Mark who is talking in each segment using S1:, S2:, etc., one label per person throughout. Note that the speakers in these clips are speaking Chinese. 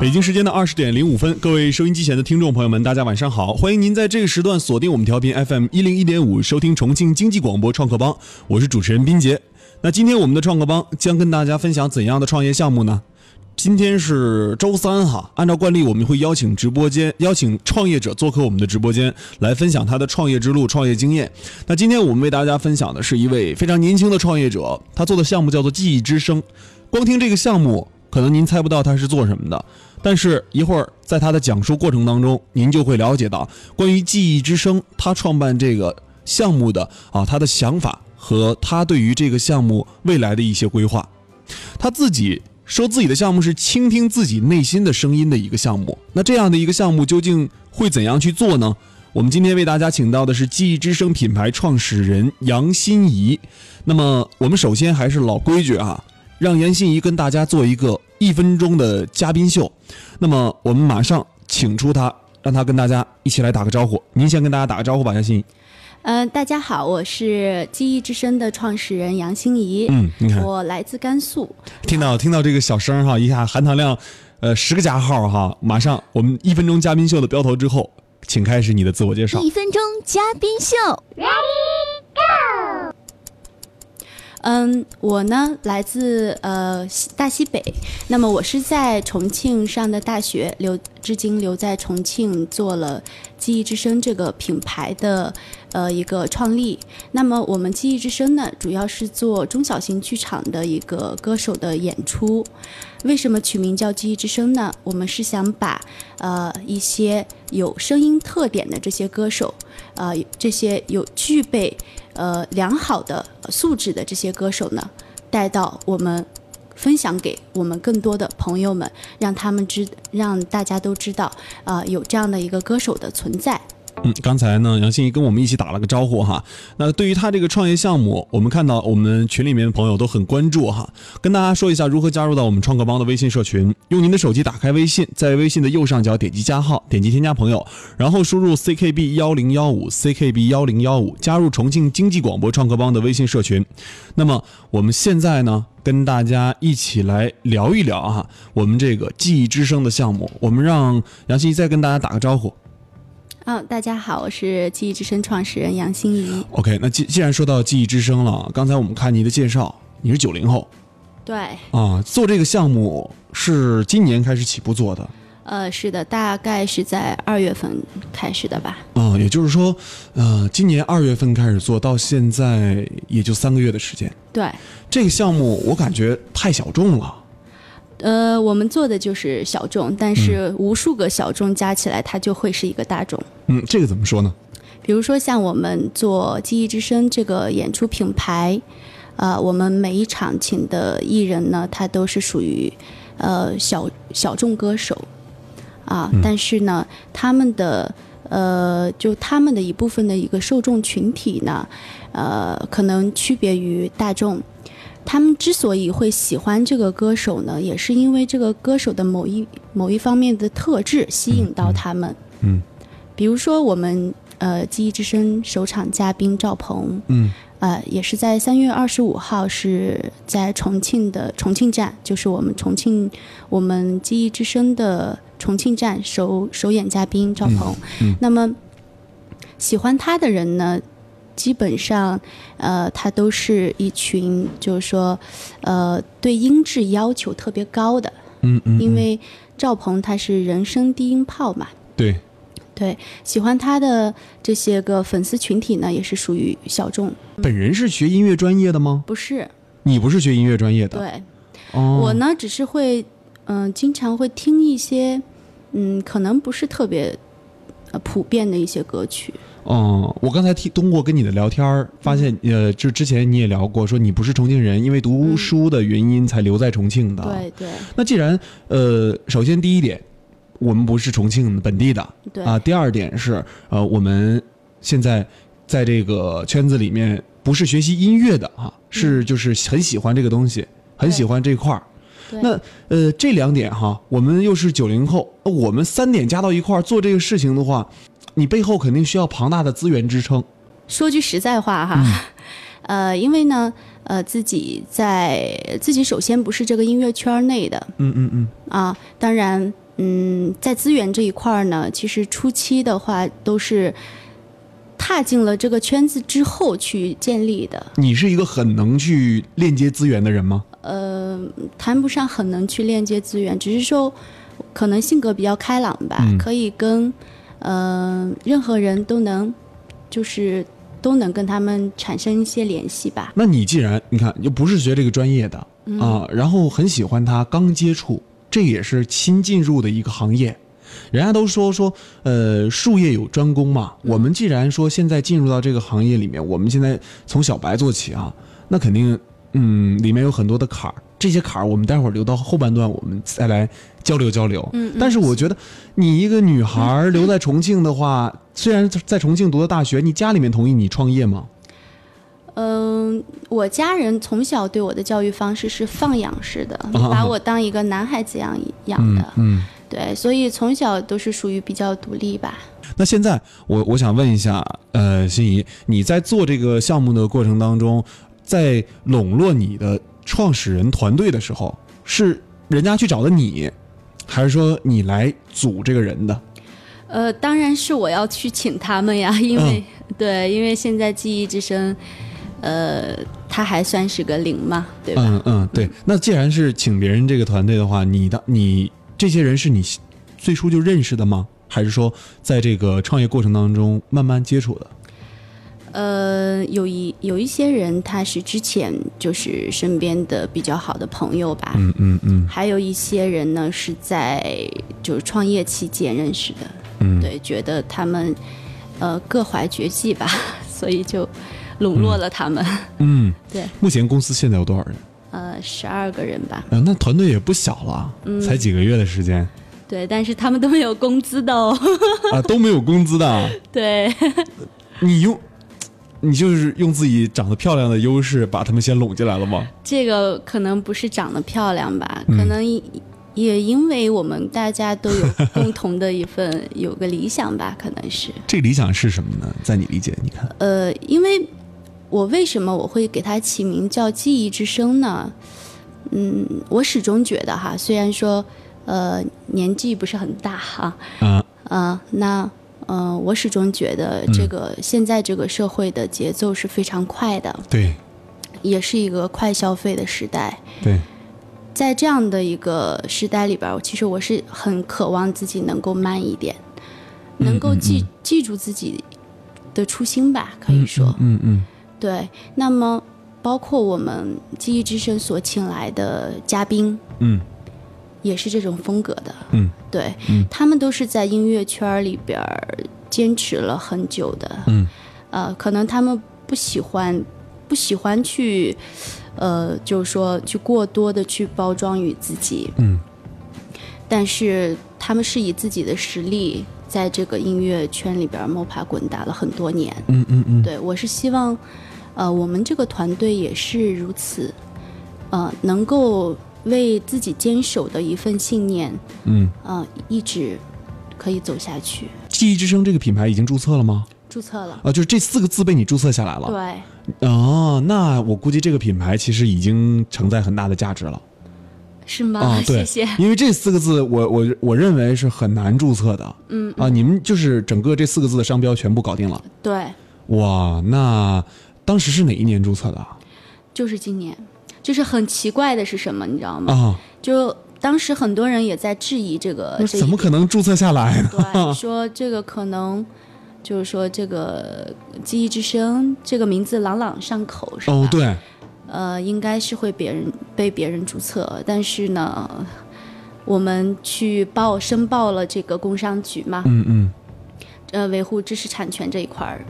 S1: 北京时间的二十点零五分，各位收音机前的听众朋友们，大家晚上好！欢迎您在这个时段锁定我们调频 FM 一零一点五，收听重庆经济广播创客帮，我是主持人斌杰。那今天我们的创客帮将跟大家分享怎样的创业项目呢？今天是周三哈，按照惯例我们会邀请直播间邀请创业者做客我们的直播间，来分享他的创业之路、创业经验。那今天我们为大家分享的是一位非常年轻的创业者，他做的项目叫做记忆之声。光听这个项目，可能您猜不到他是做什么的，但是一会儿在他的讲述过程当中，您就会了解到关于记忆之声他创办这个项目的啊他的想法和他对于这个项目未来的一些规划。他自己说自己的项目是倾听自己内心的声音的一个项目。那这样的一个项目究竟会怎样去做呢？我们今天为大家请到的是记忆之声品牌创始人杨欣怡。那么我们首先还是老规矩啊，让杨欣怡跟大家做一个一分钟的嘉宾秀。那么我们马上请出她，让她跟大家一起来打个招呼。您先跟大家打个招呼吧，杨欣怡。
S2: 嗯、大家好，我是记忆之声的创始人杨欣怡，
S1: 嗯你看
S2: 我来自甘肃，
S1: 听到听到这个小声儿哈，一下含糖量，呃，十个加号哈，马上我们一分钟嘉宾秀的标头之后，请开始你的自我介绍。
S3: 一分钟嘉宾秀，
S2: 嗯，我呢来自呃西大西北，那么我是在重庆上的大学，留至今留在重庆做了记忆之声这个品牌的呃一个创立。那么我们记忆之声呢，主要是做中小型剧场的一个歌手的演出。为什么取名叫记忆之声呢？我们是想把呃一些有声音特点的这些歌手，呃这些有具备呃良好的呃素质的这些歌手呢，带到我们分享给我们更多的朋友们，让他们知让大家都知道，呃有这样的一个歌手的存在。
S1: 嗯，刚才呢，杨欣怡跟我们一起打了个招呼哈。那对于他这个创业项目，我们看到我们群里面的朋友都很关注哈。跟大家说一下如何加入到我们创客帮的微信社群。用您的手机打开微信，在微信的右上角点击加号，点击添加朋友，然后输入 ckb 幺零幺五 ckb 幺零幺五，加入重庆经济广播创客帮的微信社群。那么我们现在呢，跟大家一起来聊一聊啊，我们这个记忆之声的项目。我们让杨欣怡再跟大家打个招呼。
S2: 嗯、大家好，我是记忆之声创始人杨欣怡。
S1: OK，那既既然说到记忆之声了，刚才我们看你的介绍，你是九零后
S2: 对，
S1: 啊，做这个项目是今年开始起步做的
S2: 呃，是的，大概是在二月份开始的吧。
S1: 啊，也就是说，呃，今年二月份开始做到现在也就三个月的时间。
S2: 对，
S1: 这个项目我感觉太小众了，
S2: 呃，我们做的就是小众，但是无数个小众加起来，它就会是一个大众。
S1: 嗯，这个怎么说呢？
S2: 比如说，像我们做记忆之声这个演出品牌，呃，我们每一场请的艺人呢，他都是属于呃小小众歌手啊，
S1: 嗯
S2: 但是呢，他们的呃，就他们的一部分的一个受众群体呢，呃，可能区别于大众。他们之所以会喜欢这个歌手呢，也是因为这个歌手的某一某一方面的特质吸引到他们。
S1: 嗯，
S2: 比如说我们呃记忆之声首场嘉宾赵鹏，
S1: 嗯，
S2: 呃，也是在三月二十五号是在重庆的重庆站，就是我们重庆我们记忆之声的重庆站首首演嘉宾赵鹏。
S1: 嗯嗯
S2: 那么喜欢他的人呢，基本上呃，他都是一群就是说呃对音质要求特别高的，
S1: 嗯嗯，
S2: 因为赵鹏他是人声低音炮嘛。
S1: 对，
S2: 对，喜欢他的这些个粉丝群体呢，也是属于小众，
S1: 本人是学音乐专业的吗？
S2: 不是？
S1: 你不是学音乐专业的，
S2: 对、
S1: 哦，
S2: 我呢，只是会，嗯、经常会听一些，嗯，可能不是特别，呃，普遍的一些歌曲。
S1: 嗯，我刚才听通过跟你的聊天儿，发现呃，就之前你也聊过，说你不是重庆人，因为读书的原因才留在重庆的。
S2: 嗯对对
S1: 那既然呃，首先第一点，我们不是重庆本地的
S2: 对、
S1: 啊；第二点是呃，我们现在在这个圈子里面不是学习音乐的啊，是就是很喜欢这个东西，很
S2: 嗯对
S1: 喜欢这块儿。
S2: 对，
S1: 那呃，这两点哈，我们又是九零后，那我们三点加到一块儿做这个事情的话，你背后肯定需要庞大的资源支撑。
S2: 说句实在话哈，
S1: 嗯
S2: 呃，因为呢，呃，自己在自己首先不是这个音乐圈内的
S1: 嗯嗯嗯，
S2: 啊，当然。嗯，在资源这一块儿呢，其实初期的话都是踏进了这个圈子之后去建立的。
S1: 你是一个很能去链接资源的人吗？
S2: 呃，谈不上很能去链接资源，只是说可能性格比较开朗吧，
S1: 嗯
S2: 可以跟呃任何人都能，就是都能跟他们产生一些联系吧。
S1: 那你既然你看又不是学这个专业的啊、
S2: 嗯
S1: 然后很喜欢它，刚接触，这也是新进入的一个行业。人家都说说，呃，术业有专攻嘛。
S2: 嗯
S1: 我们既然说现在进入到这个行业里面，我们现在从小白做起啊，那肯定，嗯，里面有很多的坎儿。这些坎儿我们待会儿留到后半段，我们再来交流交流。
S2: 嗯嗯
S1: 但是我觉得，你一个女孩儿留在重庆的话，虽然在重庆读的大学，你家里面同意你创业吗？
S2: 嗯，我家人从小对我的教育方式是放养式的，把我当一个男孩子养养的，
S1: 啊嗯。
S2: 对，所以从小都是属于比较独立吧。
S1: 那现在我我想问一下，呃，心怡，你在做这个项目的过程当中，在笼络你的创始人团队的时候，是人家去找的你，还是说你来组这个人的？
S2: 呃，当然是我要去请他们呀，因
S1: 嗯
S2: 为、 对，因为现在记忆之声，呃，它还算是个零嘛，对吧？
S1: 嗯嗯，对。那既然是请别人这个团队的话，你的你这些人是你最初就认识的吗？还是说在这个创业过程当中慢慢接触的？
S2: 呃，有一有一些人他是之前就是身边的比较好的朋友吧，
S1: 嗯嗯嗯
S2: 还有一些人呢是在就是创业期间认识的，
S1: 嗯
S2: 对，觉得他们呃各怀绝技吧， 所以就笼络了他们，
S1: 嗯。
S2: 对，
S1: 目前公司现在有多少人？
S2: 呃，十二个人吧，
S1: 嗯、那团队也不小了，才几个月的时间。
S2: 对，但是他们都没有工资的哦，
S1: 啊，都没有工资的啊，
S2: 对，
S1: 你用，你就是用自己长得漂亮的优势把他们先拢进来了吗？
S2: 这个可能不是长得漂亮吧，可能也也因为我们大家都有共同的一份 有个理想吧，可能是，
S1: 这个理想是什么呢？在你理解，你看，
S2: 呃，因为我为什么我会给它起名叫“记忆之声”呢？嗯，我始终觉得哈，虽然说呃年纪不是很大哈，
S1: 啊、
S2: 呃，那呃我始终觉得这个、现在这个社会的节奏是非常快的，
S1: 对
S2: 也是一个快消费的时代。
S1: 对，
S2: 在这样的一个时代里边儿，其实我是很渴望自己能够慢一点，能够记、记住自己的初心吧，可以说。
S1: 嗯嗯
S2: 对，那么包括我们记忆之声所请来的嘉宾，
S1: 嗯
S2: 也是这种风格的。
S1: 嗯
S2: 对，
S1: 嗯
S2: 他们都是在音乐圈儿里边儿坚持了很久的。
S1: 嗯
S2: 呃，可能他们不喜欢，不喜欢去，呃，就是说去过多的去包装与自己，
S1: 嗯
S2: 但是他们是以自己的实力在这个音乐圈里边儿摸爬滚打了很多年。
S1: 嗯嗯嗯，
S2: 对我是希望，呃，我们这个团队也是如此，呃，能够为自己坚守的一份信念，
S1: 嗯，
S2: 呃，一直可以走下去。
S1: 记忆之声这个品牌已经注册了吗？
S2: 注册了
S1: 啊、，就是这四个字被你注册下来了。
S2: 对，
S1: 哦，那我估计这个品牌其实已经承载很大的价值了。
S2: 是吗？
S1: 啊，对，
S2: 谢谢。
S1: 因为这四个字我，我我认为是很难注册的。嗯啊，你们就是整个这四个字的商标全部搞定了。
S2: 对，
S1: 哇，那当时是哪一年注册的啊？
S2: 就是今年，就是很奇怪的是什么，你知道吗？
S1: 啊，
S2: 就当时很多人也在质疑这个，
S1: 那
S2: 呃这一
S1: 怎么可能注册下来呢？
S2: 对，说这个可能。就是说，这个“记忆之声”这个名字朗朗上口，是吧？
S1: 哦，对，
S2: 呃，应该是会别人被别人注册，但是呢，我们去报申报了这个工商局嘛，
S1: 嗯嗯，
S2: 呃，维护知识产权这一块儿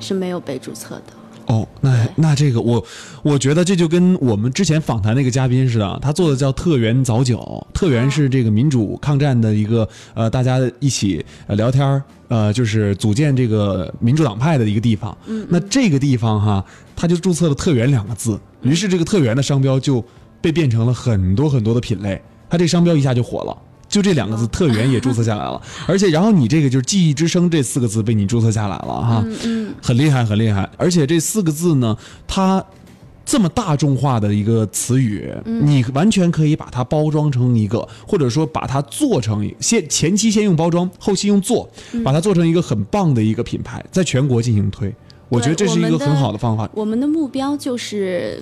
S2: 是没有被注册的。
S1: 哦，那
S2: 对
S1: 那这个我我觉得这就跟我们之前访谈那个嘉宾似的，他做的叫特园早酒，特园是这个民主抗战的一个呃，大家一起呃聊天儿，呃，就是组建这个民主党派的一个地方。嗯，那这个地方哈，他就注册了“特园”两个字，于是这个特园的商标就被变成了很多很多的品类，他这商标一下就火了。就这两个字，特园也注册下来了，而且然后你这个就是“记忆之声”这四个字被你注册下来了哈，
S2: 嗯嗯，
S1: 很厉害，很厉害。而且这四个字呢，它这么大众化的一个词语，你完全可以把它包装成一个，或者说把它做成一先前期先用包装，后期用做，把它做成一个很棒的一个品牌，在全国进行推。我觉得这是一个很好的方法。
S2: 我们的目标就是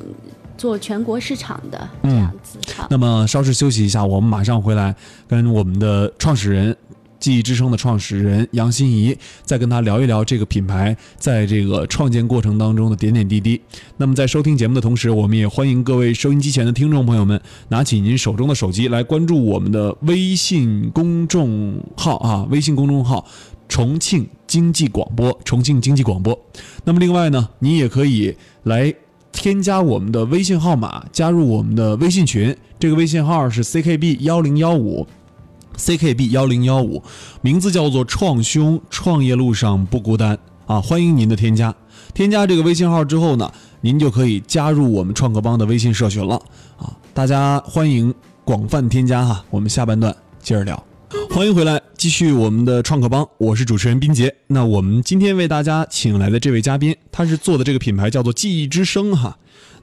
S2: 做全国市场的
S1: 嗯
S2: 这样子。好
S1: 那么稍事休息一下，我们马上回来跟我们的创始人。记忆之声的创始人杨欣怡，再跟他聊一聊这个品牌在这个创建过程当中的点点滴滴。那么在收听节目的同时，我们也欢迎各位收音机前的听众朋友们，拿起您手中的手机来关注我们的微信公众号啊，微信公众号“重庆经济广播”，重庆经济广播。那么另外呢，你也可以来添加我们的微信号码，加入我们的微信群，这个微信号是 CKB 幺零幺五。CKB 幺零幺五，名字叫做“创兄创业路上不孤单”啊，欢迎您的添加。添加这个微信号之后呢，您就可以加入我们创客帮的微信社群了啊！大家欢迎广泛添加哈。我们下半段接着聊，欢迎回来，继续我们的创客帮，我是主持人斌杰。那我们今天为大家请来的这位嘉宾，他是做的这个品牌叫做“记忆之声”哈。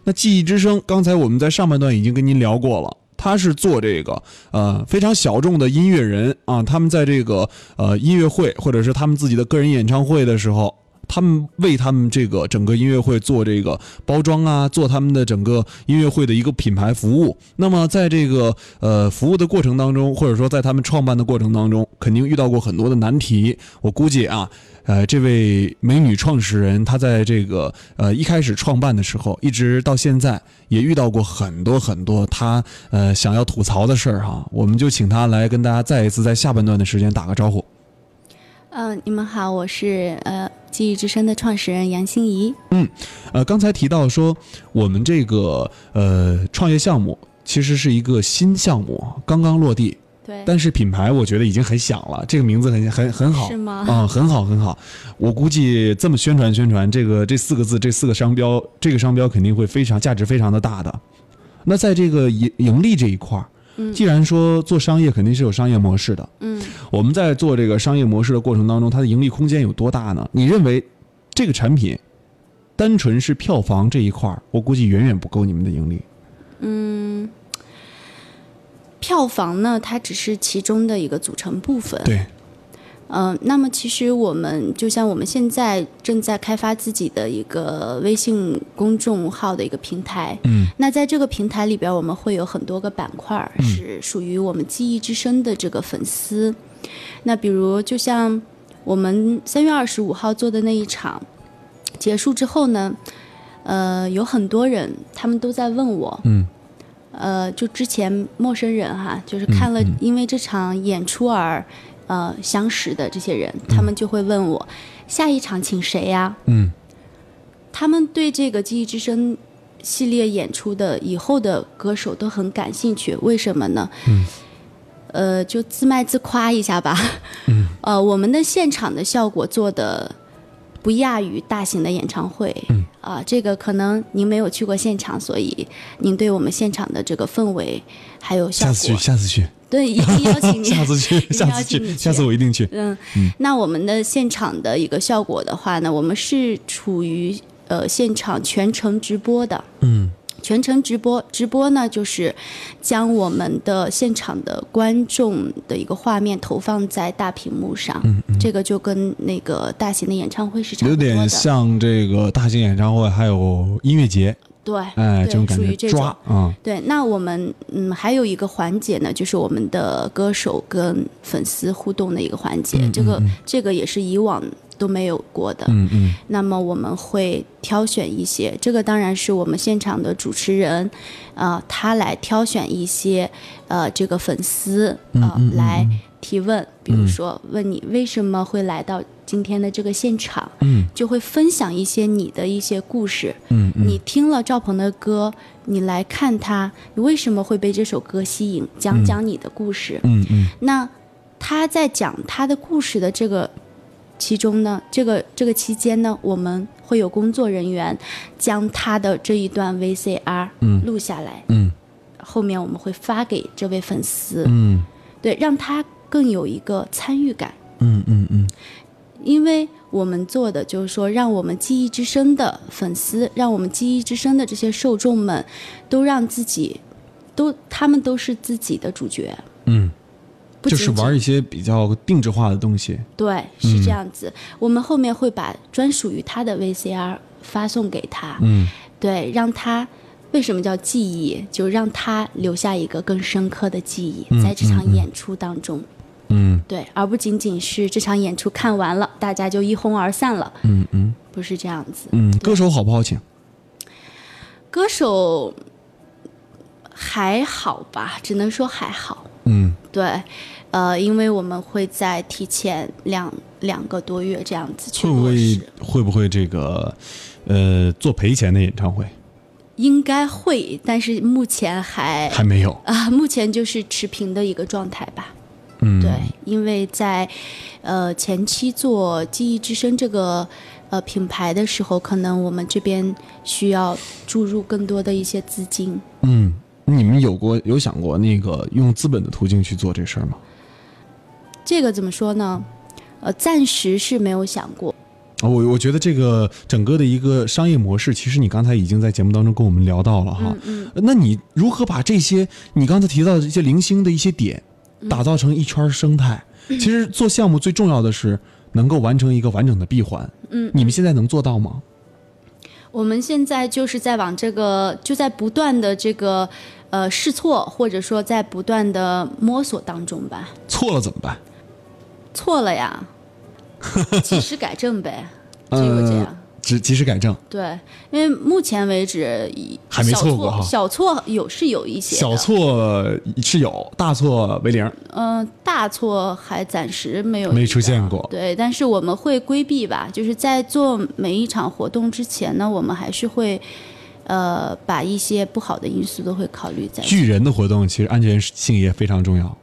S1: 那“记忆之声”，刚才我们在上半段已经跟您聊过了。他是做这个呃非常小众的音乐人啊，他们在这个呃音乐会或者是他们自己的个人演唱会的时候，他们为他们这个整个音乐会做这个包装啊，做他们的整个音乐会的一个品牌服务。那么在这个呃服务的过程当中，或者说在他们创办的过程当中，肯定遇到过很多的难题。我估计啊，呃，这位美女创始人她在这个呃一开始创办的时候，一直到现在也遇到过很多很多她呃想要吐槽的事儿、哈。我们就请她来跟大家再一次在下半段的时间打个招呼。
S2: 嗯、你们好，我是呃记忆之声的创始人杨欣怡。
S1: 呃，刚才提到说我们这个呃创业项目其实是一个新项目，刚刚落地，
S2: 对，
S1: 但是品牌我觉得已经很响了，这个名字很很很好，
S2: 是吗？
S1: 啊、很好很好，我估计这么宣传宣传，这个这四个字，这四个商标，这个商标肯定会非常价值非常的大的。那在这个盈盈利这一块儿，
S2: 嗯
S1: 既然说做商业肯定是有商业模式的，
S2: 嗯，
S1: 我们在做这个商业模式的过程当中，它的盈利空间有多大呢？你认为这个产品单纯是票房这一块儿，我估计远远不够你们的盈利。
S2: 票房呢，它只是其中的一个组成部分。
S1: 对，
S2: 嗯，那么其实我们就像我们现在正在开发自己的一个微信公众号的一个平台。
S1: 嗯，
S2: 那在这个平台里边，我们会有很多个板块儿是属于我们记忆之声的这个粉丝。那比如就像我们三月二十五号做的那一场结束之后呢，呃，有很多人他们都在问我，
S1: 嗯，
S2: 呃，就之前陌生人哈，就是
S1: 嗯
S2: 看了因为这场演出而、呃相识的这些人，他们就会问我、下一场请谁呀、
S1: 嗯
S2: 他们对这个记忆之声系列演出的以后的歌手都很感兴趣，为什么呢？
S1: 嗯，
S2: 呃，就自卖自夸一下吧。嗯， 呃，我们的现场的效果做的不亚于大型的演唱会。嗯，啊、这个可能您没有去过现场，所以您对我们现场的这个氛围还有效
S1: 下次去，
S2: 果，
S1: 下次去，
S2: 对，一定邀请您。
S1: 下次去，
S2: 定
S1: 下
S2: 要
S1: 次
S2: 请你
S1: 去，
S2: 去
S1: 下次我一定去。
S2: 嗯，那我们的现场的一个效果的话呢，我们是处于呃现场全程直播的，
S1: 嗯，
S2: 全程直播，直播呢就是将我们的现场的观众的一个画面投放在大屏幕上，嗯这个就跟那个大型的演唱会是差不
S1: 有
S2: 多的，
S1: 点像这个大型演唱会，还有音乐节，
S2: 对，
S1: 哎，
S2: 对
S1: 这种感
S2: 属于
S1: 觉
S2: 这
S1: 抓
S2: 种
S1: 啊、嗯
S2: 对，那我们嗯还有一个环节呢，就是我们的歌手跟粉丝互动的一个环节，这个、这个也是以往都没有过的，
S1: 嗯嗯
S2: 那么我们会挑选一些，这个当然是我们现场的主持人，呃，他来挑选一些呃这个粉丝
S1: 嗯
S2: 呃来提问，比如说问你为什么会来到今天的这个现场，
S1: 嗯
S2: 就会分享一些你的一些故事。
S1: 嗯嗯
S2: 你听了赵鹏的歌，你来看他，你为什么会被这首歌吸引？讲讲你的故事。
S1: 嗯嗯，
S2: 那他在讲他的故事的这个其中呢，这个这个期间呢，我们会有工作人员将他的这一段 VCR
S1: 嗯
S2: 录下来，
S1: 嗯
S2: 后面我们会发给这位粉丝，
S1: 嗯
S2: 对，让他更有一个参与感，
S1: 嗯嗯嗯
S2: 因为我们做的就是说，让我们记忆之声的粉丝，让我们记忆之声的这些受众们，都让自己，都他们都是自己的主角，
S1: 嗯，
S2: 不
S1: 就
S2: 仅
S1: 是
S2: 仅
S1: 玩一些比较定制化的东西。
S2: 对，是这样子。我们后面会把专属于他的 VCR 发送给他，
S1: 嗯，
S2: 对，让他为什么叫记忆，就让他留下一个更深刻的记忆，在这场演出当中。
S1: 嗯
S2: 对，而不仅仅是这场演出看完了，大家就一哄而散了，
S1: 嗯嗯
S2: 不是这样子。
S1: 嗯，歌手好不好请？
S2: 歌手还好吧，只能说还好。
S1: 嗯
S2: 对，呃，因为我们会在提前两两个多月这样子去
S1: 会不
S2: 落
S1: 会
S2: 实，
S1: 会不会这个呃做赔钱的演唱会
S2: 应该会，但是目前还
S1: 还没有？
S2: 啊、目前就是持平的一个状态吧。
S1: 嗯，
S2: 对，因为在呃前期做记忆之声这个呃品牌的时候，可能我们这边需要注入更多的一些资金。
S1: 嗯，你们有过有想过那个用资本的途径去做这事儿吗？
S2: 这个怎么说呢？呃，暂时是没有想过。
S1: 啊，我我觉得这个整个的一个商业模式，其实你刚才已经在节目当中跟我们聊到了哈。呃那你如何把这些你刚才提到的这些零星的一些点，打造成一圈生态？其实做项目最重要的是能够完成一个完整的闭环。嗯，你们现在能做到吗？
S2: 我们现在就是在往这个，就在不断的这个呃试错，或者说在不断的摸索当中吧。
S1: 错了怎么办？
S2: 错 了呀，及时改正呗，只有这样。
S1: 呃只及时改正。
S2: 对，因为目前为止
S1: 还没
S2: 小
S1: 错过哈
S2: 小错有是有一些的
S1: 小，错是有，大错为零，
S2: 嗯、大错还暂时没有
S1: 没
S2: 遇
S1: 出现
S2: 到
S1: 过
S2: 对，但是我们会规避吧，就是在做每一场活动之前呢，我们还是会。呃，把一些不好的因素都会考虑在
S1: 巨人的活动其实安全性也非常重要。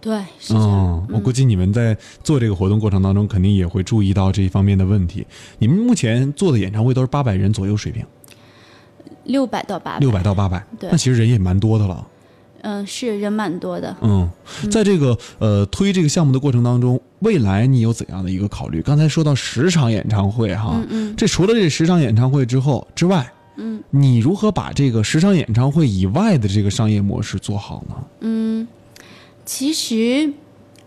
S2: 对，是这样。
S1: 嗯，我估计你们在做这个活动过程当中，肯定也会注意到这一方面的问题。你们目前做的演唱会都是八百人左右水平，
S2: 六百到八百，
S1: 六百到八百，
S2: 对
S1: 那其实人也蛮多的了。
S2: 嗯、是人蛮多的。
S1: 嗯，在这个呃推这个项目的过程当中，未来你有怎样的一个考虑？刚才说到十场演唱会哈，这除了这十场演唱会之后之外，嗯，你如何把这个十场演唱会以外的这个商业模式做好呢？
S2: 其实，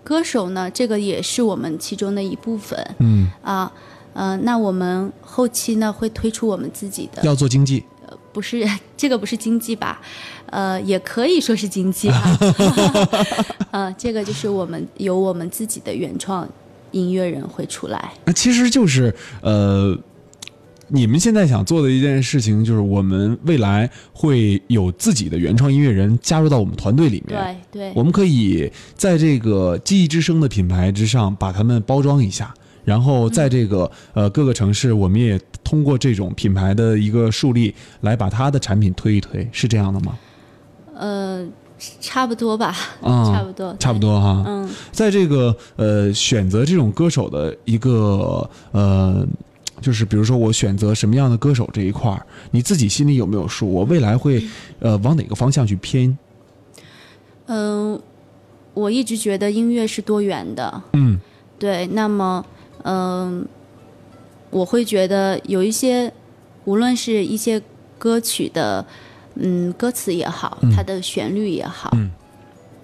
S2: 歌手呢，这个也是我们其中的一部分
S1: 嗯，
S2: 啊。呃，那我们后期呢会推出我们自己的，
S1: 要做经济，
S2: 不是 这个不是经济吧？呃，也可以说是经济 吧。呃，这个就是我们有我们自己的原创音乐人会出来。
S1: 那其实就是呃，你们现在想做的一件事情，就是我们未来会有自己的原创音乐人加入到我们团队里面。
S2: 对对
S1: 我们可以在这个记忆之声的品牌之上，把他们包装一下。然后在这个、呃各个城市，我们也通过这种品牌的一个树立，来把它的产品推一推，是这样的吗？
S2: 呃，差不多吧，
S1: 啊、
S2: 差不多，
S1: 差不
S2: 对。
S1: 多哈、
S2: 嗯，
S1: 在这个呃选择这种歌手的一个呃，就是比如说我选择什么样的歌手这一块儿，你自己心里有没有数？我未来会呃往哪个方向去偏？
S2: 嗯、我一直觉得音乐是多元的。
S1: 嗯
S2: 对，那么，嗯、我会觉得有一些，无论是一些歌曲的，嗯，歌词也好，它的旋律也好，
S1: 嗯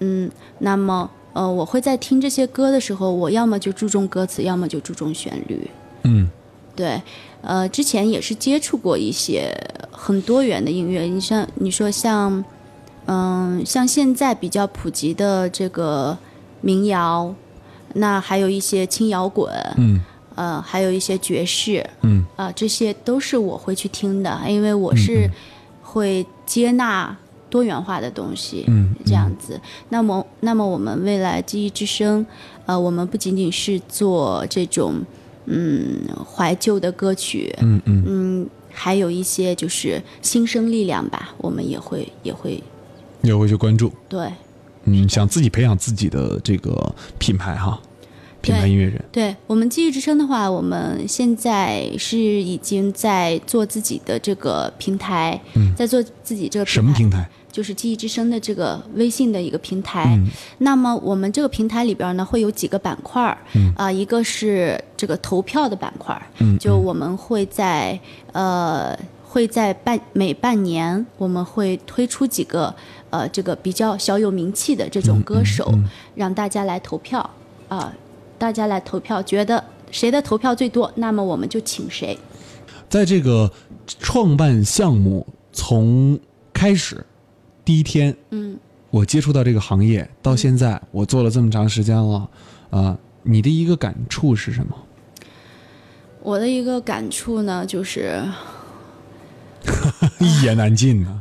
S2: 嗯那么，呃，我会在听这些歌的时候，我要么就注重歌词，要么就注重旋律。
S1: 嗯
S2: 对，呃，之前也是接触过一些很多元的音乐，你像你说像，嗯、像现在比较普及的这个民谣，那还有一些轻摇滚，
S1: 嗯
S2: 呃，还有一些爵士，
S1: 嗯
S2: 啊、这些都是我会去听的，因为我
S1: 嗯
S2: 是会接纳多元化的东西，
S1: 嗯
S2: 这样子。那么，那么我们未来记忆之声，呃，我们不仅仅是做这种嗯怀旧的歌曲，
S1: 嗯嗯
S2: 嗯，还有一些就是新生力量吧，我们也会也会
S1: 也会去关注。
S2: 对。
S1: 嗯，想自己培养自己的这个品牌哈，品牌
S2: 对
S1: 音乐人。
S2: 对我们记忆之声的话，我们现在是已经在做自己的这个平台，在做自己这个
S1: 嗯什么
S2: 平台
S1: 平台？
S2: 就是记忆之声的这个微信的一个平台。
S1: 嗯
S2: 那么我们这个平台里边呢，会有几个板块儿，
S1: 嗯
S2: 啊、一个是这个投票的板块儿，就我们会在呃会在半每半年我们会推出几个呃这个比较小有名气的这种歌手，让大家来投票啊、大家来投票，觉得谁的投票最多，那么我们就请谁。
S1: 在这个创办项目从开始第一天，嗯，我接触到这个行业到现在，我做了这么长时间了，啊、你的一个感触是 什么？
S2: 我的一个感触呢，就是
S1: 一言难尽啊呢、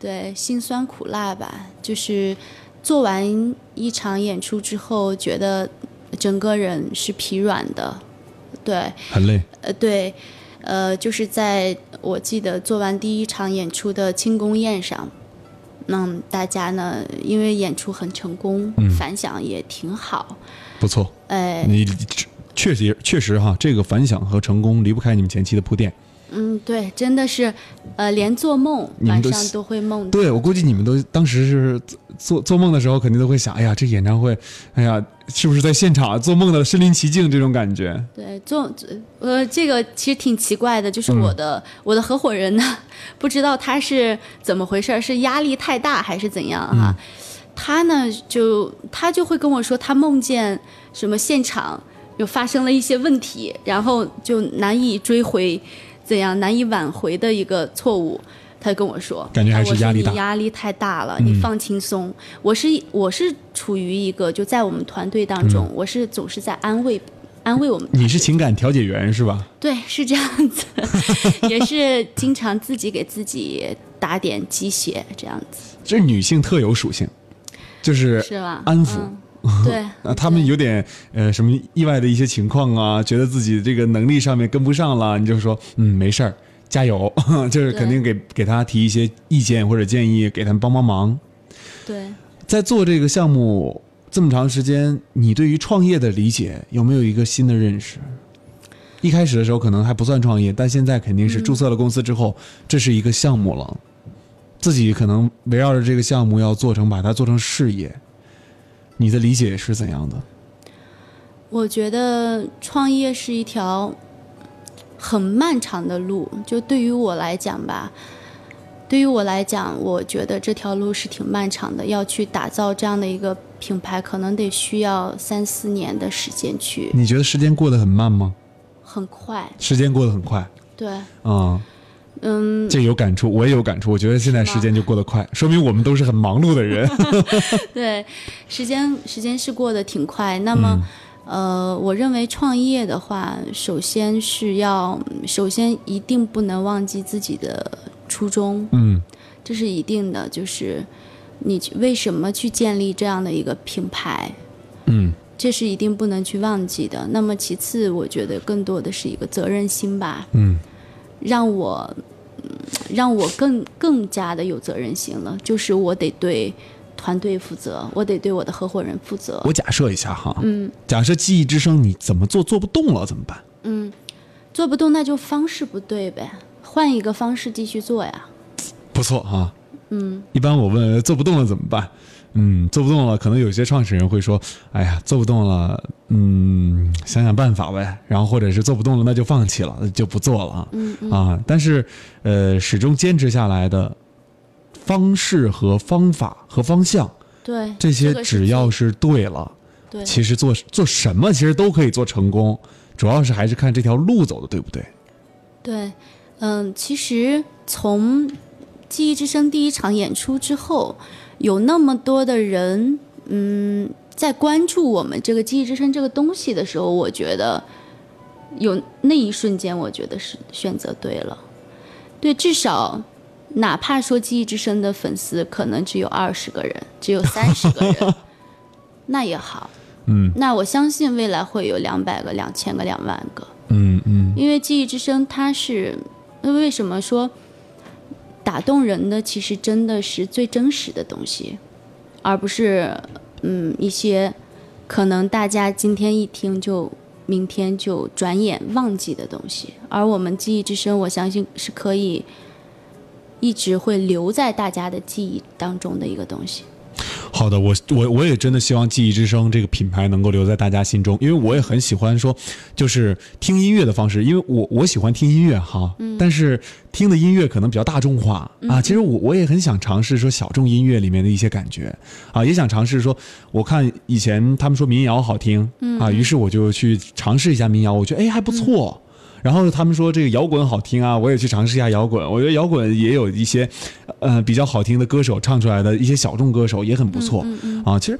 S2: 对辛酸苦辣吧，就是做完一场演出之后，觉得整个人是疲软的，对，
S1: 很累。
S2: 呃，对，呃，就是在我记得做完第一场演出的庆功宴上，嗯，大家呢因为演出很成功，
S1: 嗯
S2: 反响也挺好，
S1: 不错，
S2: 哎，
S1: 你确实确实哈，这个反响和成功离不开你们前期的铺垫。
S2: 嗯，对，真的是，呃，连做梦
S1: 你们
S2: 晚
S1: 都
S2: 上
S1: 是
S2: 都会梦到。
S1: 对，我估计你们都当时是做做梦的时候，肯定都会想，哎呀，这演唱会，哎呀，是不是在现场做梦的身临其境这种感觉？
S2: 对，做呃，这个其实挺奇怪的，就是
S1: 嗯
S2: 我的、我的合伙人呢， 不知道他是怎么回事儿，是压力太大还是怎样
S1: 嗯
S2: 啊？他呢就他就会跟我说，他梦见什么现场有发生了一些问题，然后就难以追回，怎样难以挽回的一个错误。他跟我说，
S1: 感觉还是
S2: 我说
S1: 压力大嗯
S2: 你压力太大了，你放轻松。我是我是处于一个就在我们团队当中，我是总是在安慰安慰我们
S1: 嗯你是情感调解员是吧？
S2: 对，是这样 子，也是经常自己给自己打点鸡血，这样子
S1: 这是女性特有属性，就是
S2: 是吧？
S1: 安抚
S2: 嗯、对，
S1: 啊，她们有点呃什么意外的一些情况啊，觉得自己这个能力上面跟不上了，你就说嗯没事儿，加油， 就是肯定给给她提一些意见或者建议，给他们帮帮忙。
S2: 对，
S1: 在做这个项目这么长时间，你对于创业的理解有没有一个新的认识？一开始的时候可能还不算创业，但现在肯定是注册了公司之后，这是一个项目了，自己可能围绕着这个项目要做成，把它做成事业。你的理解是怎样的？
S2: 我觉得创业是一条很漫长的路，就对于我来讲吧，对于我来讲，我觉得这条路是挺漫长的，要去打造这样的一个品牌，可能得需要三四年的时间去，
S1: 你觉得时间过得很慢吗？
S2: 很快，
S1: 时间过得很快
S2: 对，
S1: 啊，
S2: 嗯。
S1: 这有感触，我也有感触。我觉得现在时间就过得快，说明我们都是很忙碌的人。
S2: 对，时间时间是过得挺快。那
S1: 嗯
S2: 么，呃，我认为创业的话，首先是要，首先一定不能忘记自己的初衷，
S1: 嗯
S2: 这是一定的。就是你去为什么去建立这样的一个品牌，
S1: 嗯，
S2: 这是一定不能去忘记的。那么，其次，我觉得更多的是一个责任心吧，
S1: 嗯，
S2: 让我。嗯让我更更加的有责任心了，就是我得对团队负责，我得对我的合伙人负责。
S1: 我假设一下哈，嗯，假设记忆之声你怎么做做不动了怎么办？
S2: 做不动，那就方式不对呗，换一个方式继续做呀。
S1: 不错哈，嗯，一般我问做不动了怎么办？嗯，做不动了，可能有些创始人会说，哎呀，做不动了，嗯，想想办法呗。然后或者是做不动了，那就放弃了，就不做了啊。嗯啊，但是呃，始终坚持下来的方式和方法和方向，
S2: 对，
S1: 这些
S2: 个是
S1: 只要
S2: 最
S1: 是对了，
S2: 对
S1: 其实做做什么其实都可以做成功，主要是还是看这条路走的对不对。
S2: 对，嗯，其实从《记忆之声》第一场演出之后，有那么多的人，嗯，在关注我们这个《记忆之声》这个东西的时候，我觉得有那一瞬间，我觉得是选择对了。对，至少哪怕说《记忆之声》的粉丝可能只有二十个人，只有三十个人，那也好。
S1: 嗯，
S2: 那我相信未来会有两百个、两千个、两万个。
S1: 嗯嗯
S2: 因为《记忆之声》它是那为什么说打动人的，其实真的是最真实的东西，而不是嗯一些可能大家今天一听就明天就转眼忘记的东西。而我们《记忆之声》，我相信是可以一直会留在大家的记忆当中的一个东西。
S1: 好的，我我我也真的希望记忆之声这个品牌能够留在大家心中，因为我也很喜欢说，就是听音乐的方式，因为我我喜欢听音乐哈，但是听的音乐可能比较大众化、啊。其实我我也很想尝试说小众音乐里面的一些感觉啊，也想尝试说，我看以前他们说民谣好听啊，于是我就去尝试一下民谣，我觉得哎还不错。然后他们说这个摇滚好听啊，我也去尝试一下摇滚。我觉得摇滚也有一些，呃，比较好听的歌手唱出来的一些小众歌手也很不错、啊。其实，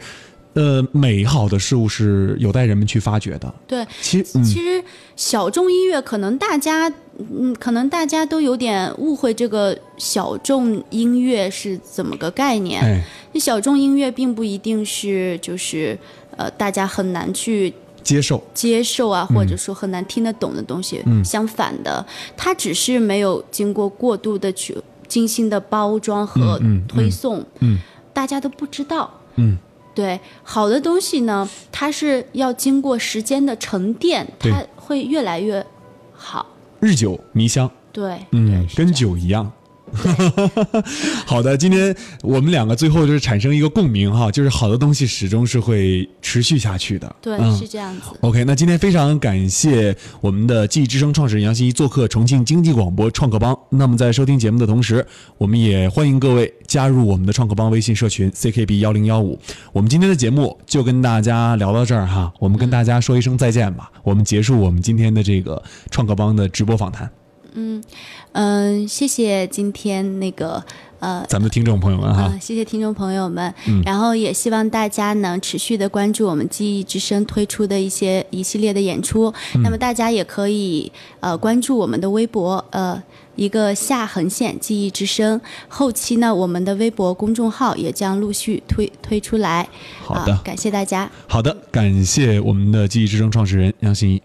S1: 呃，美好的事物是有待人们去发掘的。
S2: 对，
S1: 其实，嗯，
S2: 其实小众音乐可能大家，嗯，可能大家都有点误会这个小众音乐是怎么个概念。
S1: 哎，
S2: 那小众音乐并不一定是就是呃大家很难去
S1: 接受，
S2: 接受啊，或者说很难听得懂的东西。
S1: 嗯
S2: 相反的，它只是没有经过过度的去精心的包装和
S1: 嗯嗯嗯
S2: 推送，
S1: 嗯
S2: 大家都不知道。
S1: 嗯，
S2: 对，好的东西呢，它是要经过时间的沉淀，
S1: 对
S2: 它会越来越好。
S1: 日久弥香。
S2: 对，
S1: 嗯
S2: 对，是
S1: 跟
S2: 这样
S1: 酒一样。 好的，今天我们两个最后就是产生一个共鸣哈，就是好的东西始终是会持续下去的。
S2: 对、
S1: 嗯
S2: 是这样子。
S1: OK，那今天非常感谢我们的记忆之声创始人杨欣怡做客重庆经济广播创客帮。那么在收听节目的同时，我们也欢迎各位加入我们的创客帮微信社群 CKB 幺零幺五。我们今天的节目就跟大家聊到这儿哈，我们跟大家说一声再见吧。我们结束我们今天的这个创客帮的直播访谈，
S2: 嗯，谢谢今天那个呃。
S1: 咱们的听众朋友们哈
S2: 嗯，，谢谢听众朋友们，
S1: 嗯
S2: 然后也希望大家能持续的关注我们记忆之声推出的一些一系列的演出。
S1: 嗯
S2: 那么大家也可以呃关注我们的微博，呃一个下横线记忆之声。后期呢，我们的微博公众号也将陆续推推出来。
S1: 好的
S2: 啊感谢大家。
S1: 好的，感谢我们的记忆之声创始人杨欣怡。